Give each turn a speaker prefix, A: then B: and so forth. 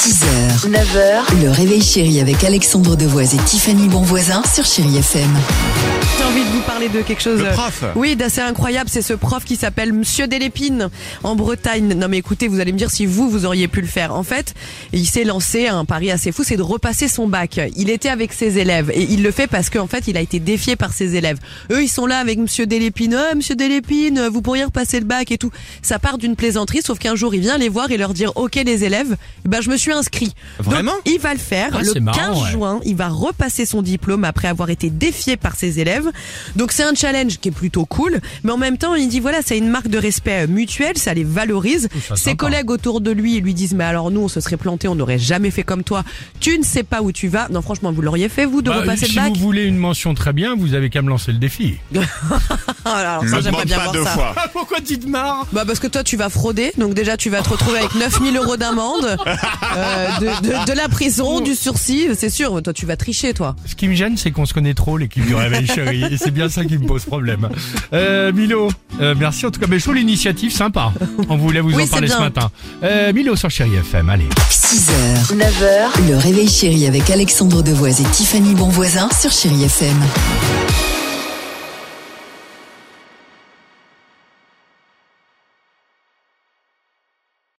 A: 6h, 9h, le réveil chéri avec Alexandre Devoise et Tiffany Bonvoisin sur Chérie FM.
B: J'ai envie de vous parler de quelque chose.
C: Le
B: euh,
C: prof.
B: Oui, d'assez incroyable. C'est ce prof qui s'appelle Monsieur Delépine en Bretagne. Non, mais écoutez, vous allez me dire si vous, vous auriez pu le faire. En fait, il s'est lancé à un pari assez fou, c'est de repasser son bac. Il était avec ses élèves et il le fait parce qu'en fait, il a été défié par ses élèves. Eux, ils sont là avec Monsieur Delépine. Ah, Monsieur Delépine, vous pourriez repasser le bac et tout. Ça part d'une plaisanterie, sauf qu'un jour, il vient les voir et leur dire, OK, les élèves, ben, je me suis inscrit. Donc,
C: Vraiment
B: il va le faire.
D: Ah,
B: le
D: c'est
B: 15
D: marrant, ouais.
B: juin, il va repasser son diplôme après avoir été défié par ses élèves. Donc c'est un challenge qui est plutôt cool, mais en même temps, il dit voilà, c'est une marque de respect euh, mutuel, ça les valorise.
D: ça,
B: ses
D: sympa.
B: collègues autour de lui lui disent mais alors nous, on se serait planté, on n'aurait jamais fait comme toi. Tu ne sais pas où tu vas. Non, franchement, vous l'auriez fait vous de
D: Bah,
B: repasser
D: si
B: le bac.
D: vous voulez une mention très bien, vous avez qu'à me lancer le défi.
B: Ah, alors, ça,
C: Le
B: j'aimerais
C: demande
B: bien
C: pas
B: voir
C: deux
B: ça.
C: fois.
D: Pourquoi dites marre
B: Bah parce que toi tu vas frauder, donc déjà tu vas te retrouver avec 9000 euros d'amende, euh, de, de- de la prison, du sursis, c'est sûr, toi tu vas tricher toi.
D: Ce qui me gêne, c'est qu'on se connaît trop, l'équipe du Réveil Chéri. et c'est bien ça qui me pose problème. Euh, Milo, euh, merci en tout cas. Mais je trouve l'initiative sympa. On voulait vous
B: Oui,
D: en
B: c'est
D: parler ce
B: bien.
D: matin. Euh, Milo sur Chéri FM, allez.
A: 6h, 9h, le réveil chéri avec Alexandre Devoise et Tiffany Bonvoisin sur Chérie FM.